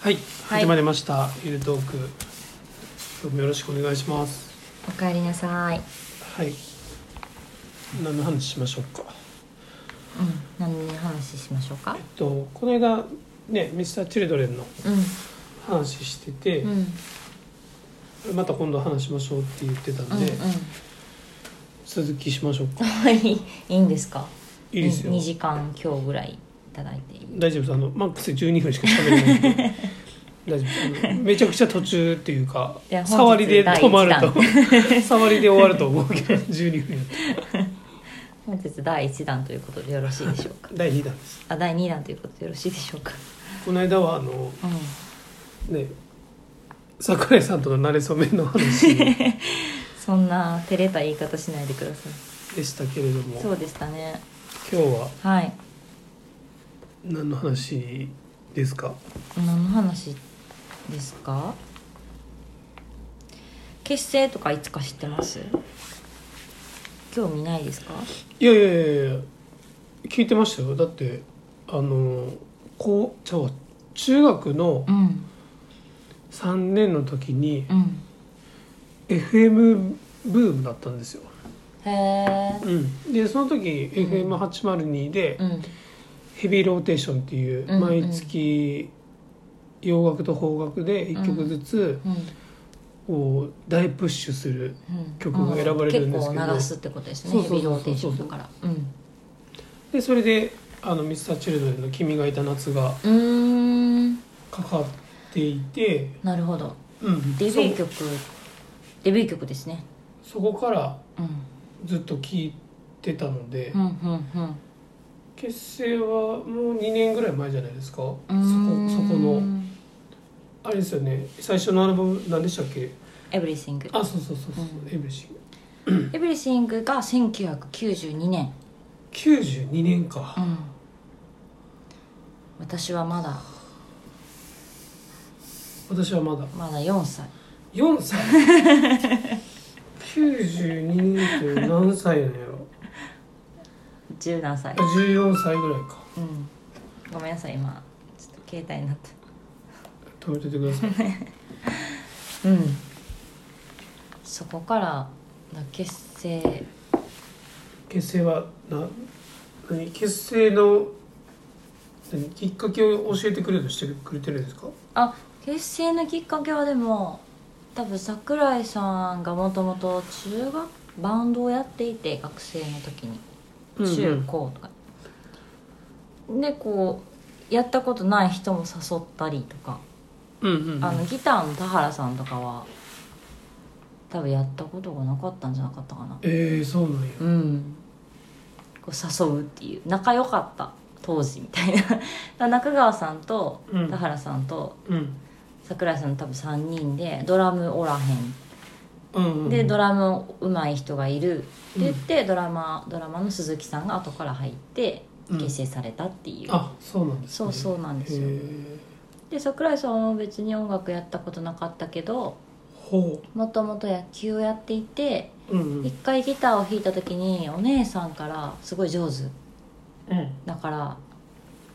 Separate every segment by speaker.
Speaker 1: はい、始まりました。ゆるトーク。どうもよろしくお願いします。
Speaker 2: おかえりなさい。うん、
Speaker 1: はい。何の話しましょうか。
Speaker 2: 何の話しましょうか
Speaker 1: えっ。と、この間、ね、ミスターチルドレンの
Speaker 2: う
Speaker 1: 話してて、
Speaker 2: ん、うん、うん、
Speaker 1: また今度話しましょうって言ってたんで、
Speaker 2: う
Speaker 1: 続きしましょうか。
Speaker 2: ん。はい、いいんですか。
Speaker 1: いいですよ
Speaker 2: に。二時間今日ぐらいいただいていい。
Speaker 1: 大丈夫です。あの、マックス12分しか喋れないんで。 大丈夫ですあのめちゃくちゃ途中っていうか
Speaker 2: いや本日
Speaker 1: 触りで止まると
Speaker 2: 第
Speaker 1: 触りで終わると思うけど12分やった
Speaker 2: 本日第一弾ということでよろしいでしょ うか。
Speaker 1: 第2弾です
Speaker 2: あ、第二弾ということでよろしいでしょうか。
Speaker 1: この間はあの
Speaker 2: うん。
Speaker 1: ね桜井さんとの馴れ初めの話 で
Speaker 2: そんな照れた言い方しないでください。
Speaker 1: したけれども
Speaker 2: そ
Speaker 1: 今
Speaker 2: うでしたね。
Speaker 1: 日は
Speaker 2: はい。
Speaker 1: 何の話ですか
Speaker 2: 何の話ですか。結成とかいつか知ってます。興味ないですか。
Speaker 1: いやいやいやいや聞いてましたよだってあのこうじゃあ中学の
Speaker 2: うん。
Speaker 1: 3年の時に
Speaker 2: うん。
Speaker 1: FM ブームだったんですよ、
Speaker 2: へえ。
Speaker 1: うん、でその時
Speaker 2: うん
Speaker 1: FM802 で
Speaker 2: うん。
Speaker 1: ヘビーローテーションってい
Speaker 2: うんう
Speaker 1: うん毎月洋楽と邦楽で1曲ずつ
Speaker 2: うん。
Speaker 1: こう大プッシュする
Speaker 2: うん
Speaker 1: 曲が選ばれるんですけど
Speaker 2: 結構流すってことです
Speaker 1: そ
Speaker 2: ね
Speaker 1: う
Speaker 2: ヘ
Speaker 1: そう
Speaker 2: ビー
Speaker 1: そ
Speaker 2: ロ
Speaker 1: うそう
Speaker 2: ーテー
Speaker 1: そう
Speaker 2: ションだからうん
Speaker 1: でそれであのミスターチルドレンの「君がいた夏」が
Speaker 2: うーん
Speaker 1: かかっていて、
Speaker 2: なるほど
Speaker 1: うん
Speaker 2: デビュー曲デビュー曲ですね
Speaker 1: そそこから
Speaker 2: うん
Speaker 1: ずっと聴いてたので、
Speaker 2: うんうん
Speaker 1: 結成はもう2年ぐらい前じゃないですかそこそ
Speaker 2: う
Speaker 1: こ
Speaker 2: ん
Speaker 1: のあれですよね最初のアルバム何でしたっけ
Speaker 2: エブリシング
Speaker 1: あそうそうそうそう
Speaker 2: う
Speaker 1: 「エブリシング
Speaker 2: エブリシングが1992年」
Speaker 1: 92年か、
Speaker 2: うん私はまだ
Speaker 1: 私はまだ
Speaker 2: まだ4歳
Speaker 1: 4歳92年って何歳なんやろ
Speaker 2: 十何歳
Speaker 1: あ14歳ぐらいか
Speaker 2: うんごめんなさい今ちょっと携帯になった
Speaker 1: 止めててください
Speaker 2: うんそこから結成
Speaker 1: 結成はな何結成の何きっかけを教えてくれるとしてくれてるんですか
Speaker 2: あ結成のきっかけはでも多分桜井さんがもともと中学バンドをやっていて学生の時に中高とか、でこうやったことない人も誘ったりとか、
Speaker 1: うんうんうん
Speaker 2: あのギターの田原さんとかは多分やったことがなかったんじゃなかったかな
Speaker 1: えー、そうなんや
Speaker 2: うん、こう誘うっていう仲良かった当時みたいな だから中川さんと
Speaker 1: うん
Speaker 2: 田原さんと
Speaker 1: うん
Speaker 2: 桜井さんの多分3人でドラムおらへん
Speaker 1: うんうん
Speaker 2: でドラム上手い人がいるって言っ
Speaker 1: うん
Speaker 2: て、ドラマドラマの鈴木さんが後から入って
Speaker 1: うん
Speaker 2: 結成されたっていう、
Speaker 1: あそうなんです、
Speaker 2: そうそうなんです
Speaker 1: へ
Speaker 2: よ
Speaker 1: ー
Speaker 2: で桜井さんは別に音楽やったことなかったけど
Speaker 1: ほ
Speaker 2: もともと野球をやっていて
Speaker 1: ううんうん
Speaker 2: 一回ギターを弾いた時にお姉さんから「すごい上手」だから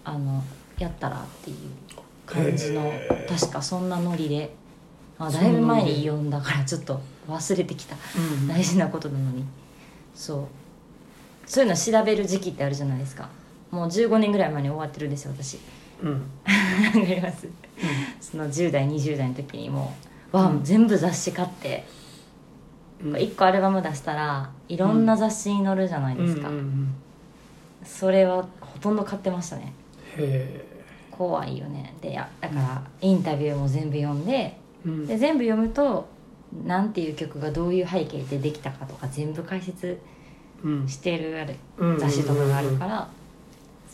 Speaker 2: あのやったらっていう感じの
Speaker 1: へー
Speaker 2: 確かそんなノリであ
Speaker 1: そん
Speaker 2: だ
Speaker 1: ないノリ
Speaker 2: ぶ
Speaker 1: で
Speaker 2: 前に呼んだからちょっと忘れてきた
Speaker 1: うん
Speaker 2: 大事なことなのにそうそういうの調べる時期ってあるじゃないですかもう15年ぐらい前に終わってるんですよ私
Speaker 1: うんうん
Speaker 2: わかりますその10代20代の時にもうわあ全部雑誌買って
Speaker 1: うん
Speaker 2: 1個アルバム出したらいろんな雑誌に載るじゃないですか
Speaker 1: うんうんうん
Speaker 2: それはほとんど買ってましたね
Speaker 1: へ
Speaker 2: 怖いよねでやだからインタビューも全部読んで
Speaker 1: えうん
Speaker 2: で全部読むとなんていう曲がどういう背景でできたかとか全部解説
Speaker 1: うん
Speaker 2: してるあれ
Speaker 1: うん
Speaker 2: 雑誌とかがあるから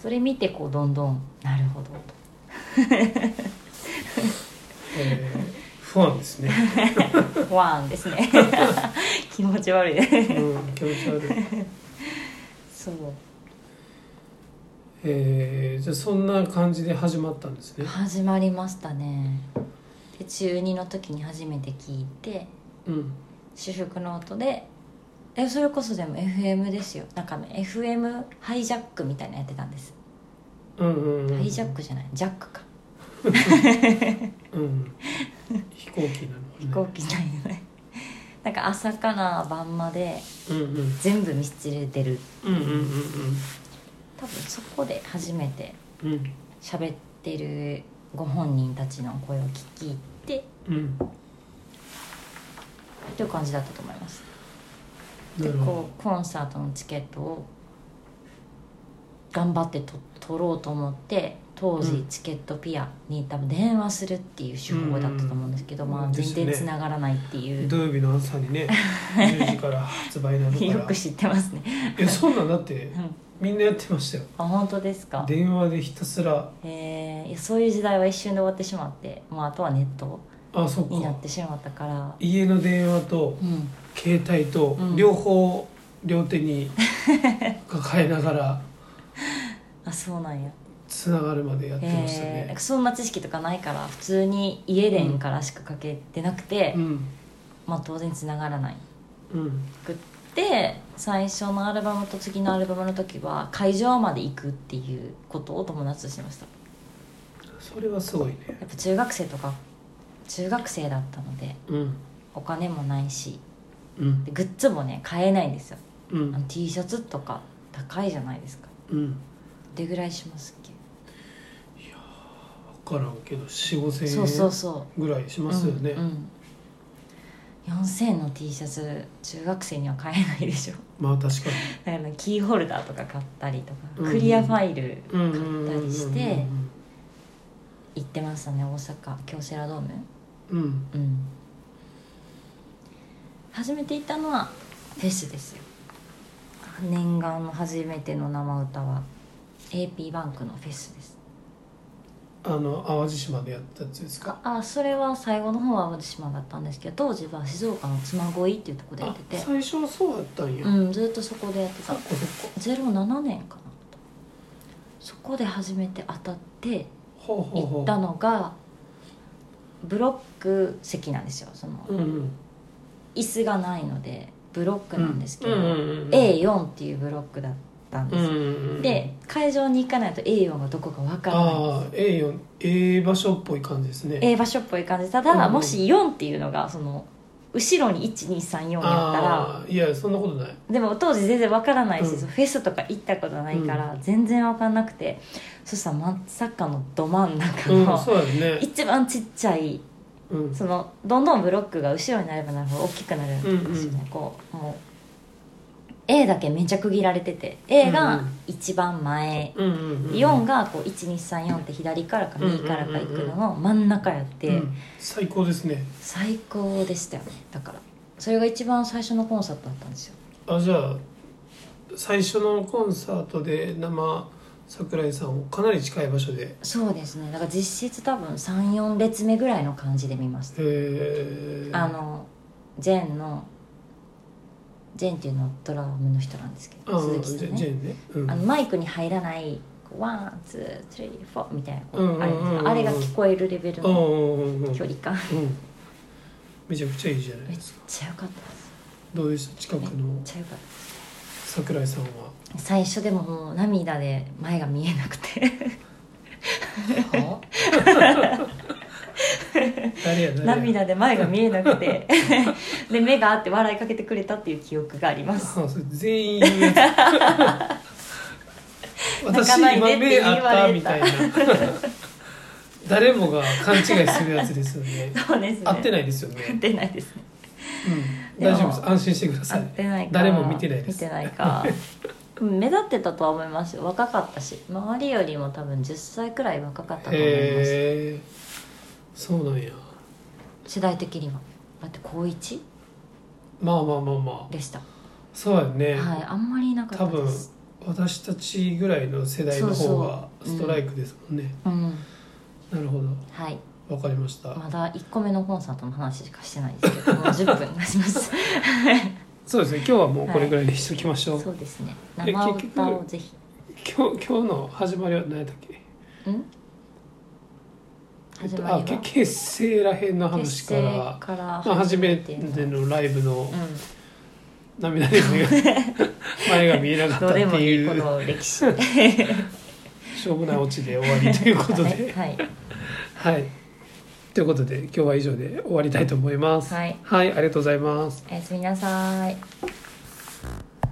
Speaker 2: それ見てこうどんどんなるほどと
Speaker 1: へー不安ですね、
Speaker 2: 不安ですね 気持ち悪いね
Speaker 1: うん、気持ち悪い
Speaker 2: そう
Speaker 1: えー、じゃあそんな感じで始まったんですね。
Speaker 2: 始まりましたねで中2の時に初めて聞いて
Speaker 1: うん。
Speaker 2: 主婦ノートでえそれこそでも FM ですよなんかね FM ハイジャックみたいなのやってたんです
Speaker 1: うんうん、うん。
Speaker 2: ハイジャックじゃないジャックか
Speaker 1: うん、飛行機なの、ね、
Speaker 2: 飛行機なんよねなんか朝から晩まで
Speaker 1: うんうん
Speaker 2: 全部見失れてる
Speaker 1: うんうん
Speaker 2: 多分そこで初めて
Speaker 1: うんうん
Speaker 2: 喋ってるご本人たちの声を聞き入って
Speaker 1: うん
Speaker 2: という感じだったと思います
Speaker 1: な
Speaker 2: で
Speaker 1: るほ
Speaker 2: こうコンサートのチケットを頑張ってと取ろうと思って当
Speaker 1: う
Speaker 2: 時
Speaker 1: ん
Speaker 2: チケットピアに多分電話するっていう手法だったと思うんですけど、
Speaker 1: うん
Speaker 2: まあ、
Speaker 1: です
Speaker 2: 全
Speaker 1: ね
Speaker 2: 然繋がらないっていう
Speaker 1: ど土曜日の朝にね10時から発売なのか
Speaker 2: よ
Speaker 1: ら
Speaker 2: く知ってますね、
Speaker 1: いやそんなんだって
Speaker 2: うん、
Speaker 1: みんなやってましたよ
Speaker 2: あ本当ですか
Speaker 1: 電話でひたすら
Speaker 2: えーいやそういう時代は一瞬で終わってしまって、まあ、あとはネット
Speaker 1: あそっ
Speaker 2: になっ
Speaker 1: か
Speaker 2: てしまったから、
Speaker 1: 家の電話と
Speaker 2: うん、
Speaker 1: 携帯と
Speaker 2: うん
Speaker 1: 両方両手に抱えながら
Speaker 2: あそうなんや
Speaker 1: つながるまでやってました
Speaker 2: えーなん
Speaker 1: ね
Speaker 2: か、そんな知識とかないから普通に家電からしかかけてなくて、
Speaker 1: うん
Speaker 2: まあ、当然繋がらない
Speaker 1: うん
Speaker 2: くって最初のアルバムと次のアルバムの時は会場まで行くっていうことを友達としてました
Speaker 1: それはすごいね
Speaker 2: やっぱ中学生とか中学生だったので
Speaker 1: うん
Speaker 2: お金もないし
Speaker 1: うん
Speaker 2: でグッズもね買えないんですよ
Speaker 1: う
Speaker 2: あ
Speaker 1: ん
Speaker 2: の T シャツとか高いじゃないですか
Speaker 1: うん
Speaker 2: どれぐらいしますっ
Speaker 1: 分からんけど4 5千
Speaker 2: けそうそうそ
Speaker 1: 円ぐらいし
Speaker 2: う
Speaker 1: ますよね、
Speaker 2: うんうん4000の T シャツ中学生には買えないでしょ
Speaker 1: まあ確かに
Speaker 2: だからキーホルダーとか買ったりとか、
Speaker 1: うん
Speaker 2: クリアファイル
Speaker 1: 買
Speaker 2: 買ったりして行ってましたね大阪京セラドーム
Speaker 1: うん
Speaker 2: うん初めて行ったのはフェスですよ念願の初めての生歌は AP バンクのフェスです
Speaker 1: あの淡路島でやったやつですか
Speaker 2: あそれは最後の方は淡路島だったんですけど当時は静岡の妻恋っていうとこでやってて
Speaker 1: あ最初はそうだったんや、
Speaker 2: うんずっとそこでやって
Speaker 1: そ
Speaker 2: た
Speaker 1: っかそっか
Speaker 2: 07年かなそこで初めて当たって
Speaker 1: ほうほうほ
Speaker 2: 行
Speaker 1: う
Speaker 2: ったのがブロック席なんですよその
Speaker 1: うんうん
Speaker 2: 椅子がないのでブロックなんですけど、
Speaker 1: うんうんうん、
Speaker 2: A4 っていうブロックだったんで
Speaker 1: う
Speaker 2: す
Speaker 1: ん
Speaker 2: よ、
Speaker 1: うんうん、
Speaker 2: で会場に行かないと A4 がどこかわからない
Speaker 1: ああ A4 A 場所っぽい感じですね
Speaker 2: A 場所っぽい感じた
Speaker 1: うん
Speaker 2: だ、
Speaker 1: うん
Speaker 2: もし4っていうのがその後ろに1234やったら
Speaker 1: ああいやそんなことない
Speaker 2: でも当時全然わからないし、
Speaker 1: うん
Speaker 2: そのフェスとか行ったことないから全然わかんなくて、そしたらまさかのど真ん中
Speaker 1: うん
Speaker 2: の、
Speaker 1: そうやね
Speaker 2: 一番ちっちゃい
Speaker 1: うん
Speaker 2: そのどんどんブロックが後ろになればなるほど大きくなるんですよね、
Speaker 1: うんうん
Speaker 2: こうもう A だけめちゃ区切られてて A
Speaker 1: う
Speaker 2: が
Speaker 1: んうん
Speaker 2: 一番前、
Speaker 1: うんうんうん
Speaker 2: 4がこう1234って左からか右からか行くのの真ん中やって、
Speaker 1: うん最高ですね
Speaker 2: 最高でしたよねだからそれが一番最初のコンサートだったんですよ
Speaker 1: あじゃあ最初のコンサートで生桜井さんをかなり近い場所で
Speaker 2: そうですねだから実質多分34列目ぐらいの感じで見ました、
Speaker 1: えー、
Speaker 2: あのジェンのジェンっていうのはドラムの人なんですけど
Speaker 1: あ
Speaker 2: 鈴木さ
Speaker 1: ジ
Speaker 2: ん
Speaker 1: ェジェ
Speaker 2: ね
Speaker 1: ンね、うん、
Speaker 2: あのマイクに入らないワンツースリーフォーみたいなこ
Speaker 1: うんうんうん
Speaker 2: うあれですかあれが聞こえるレベル
Speaker 1: うん
Speaker 2: の
Speaker 1: うんうんうん
Speaker 2: 距離感
Speaker 1: うんめちゃくちゃいいじゃない
Speaker 2: め
Speaker 1: で
Speaker 2: っ
Speaker 1: すか
Speaker 2: ちゃ良かったです
Speaker 1: どうでした近く
Speaker 2: めっ
Speaker 1: の
Speaker 2: ちゃ良かったです
Speaker 1: 桜井さんは
Speaker 2: 最初でももう涙で前が見えなくて
Speaker 1: 誰や誰や
Speaker 2: 涙で前が見えなく てで目があって笑いかけてくれたっていう記憶があります
Speaker 1: あそれ全員言う やつ
Speaker 2: 泣
Speaker 1: 私
Speaker 2: かないで
Speaker 1: 今
Speaker 2: って
Speaker 1: 目
Speaker 2: 言わ
Speaker 1: あ
Speaker 2: れ
Speaker 1: ったたみたいな誰もが勘違いするやつですよね
Speaker 2: そうですね
Speaker 1: 合って
Speaker 2: い
Speaker 1: ないですよ
Speaker 2: 合っ
Speaker 1: ね、
Speaker 2: てないですね
Speaker 1: うん、
Speaker 2: でも
Speaker 1: 大丈夫です安心してくださ
Speaker 2: 合
Speaker 1: い
Speaker 2: ってないか
Speaker 1: 誰も見てないです
Speaker 2: 見てないかうん目立ってたとは思いますよ若かったし周りよりも多分10歳くらい若かったと思います
Speaker 1: へえそうなんや
Speaker 2: 世代的にはだって高一
Speaker 1: まあまあまあまあ
Speaker 2: でした、
Speaker 1: そうやね、
Speaker 2: はいあんまりいなか
Speaker 1: 多
Speaker 2: った
Speaker 1: 分
Speaker 2: です
Speaker 1: 私たちぐらいの世代の方が
Speaker 2: そうそう
Speaker 1: ストライクですもんね
Speaker 2: うん
Speaker 1: なるほ
Speaker 2: はい
Speaker 1: どわかりました、
Speaker 2: まだ1個目のコンサートの話しかしてないですけ どもう10分がします
Speaker 1: そうですね今日はもうこれぐらいにしときましょう、
Speaker 2: そうですね
Speaker 1: え
Speaker 2: 生
Speaker 1: 結
Speaker 2: 歌
Speaker 1: 局
Speaker 2: をぜひ
Speaker 1: 今日今日の始まりは何やったっけ
Speaker 2: ん始ま
Speaker 1: えっ
Speaker 2: り
Speaker 1: とあ
Speaker 2: は
Speaker 1: け結成らへんの話
Speaker 2: 結
Speaker 1: から
Speaker 2: 成から
Speaker 1: まあ、初めて
Speaker 2: うん
Speaker 1: のライブの涙で 目が前が見えなかった
Speaker 2: ど
Speaker 1: っ
Speaker 2: う
Speaker 1: て
Speaker 2: でもい
Speaker 1: い
Speaker 2: いこ
Speaker 1: う
Speaker 2: の歴史
Speaker 1: しょうもないオチで終わりということで
Speaker 2: はい、
Speaker 1: ははいということで今日は以上で終わりたいと思います
Speaker 2: はい
Speaker 1: はい、ありがとうございます
Speaker 2: おやすみなさい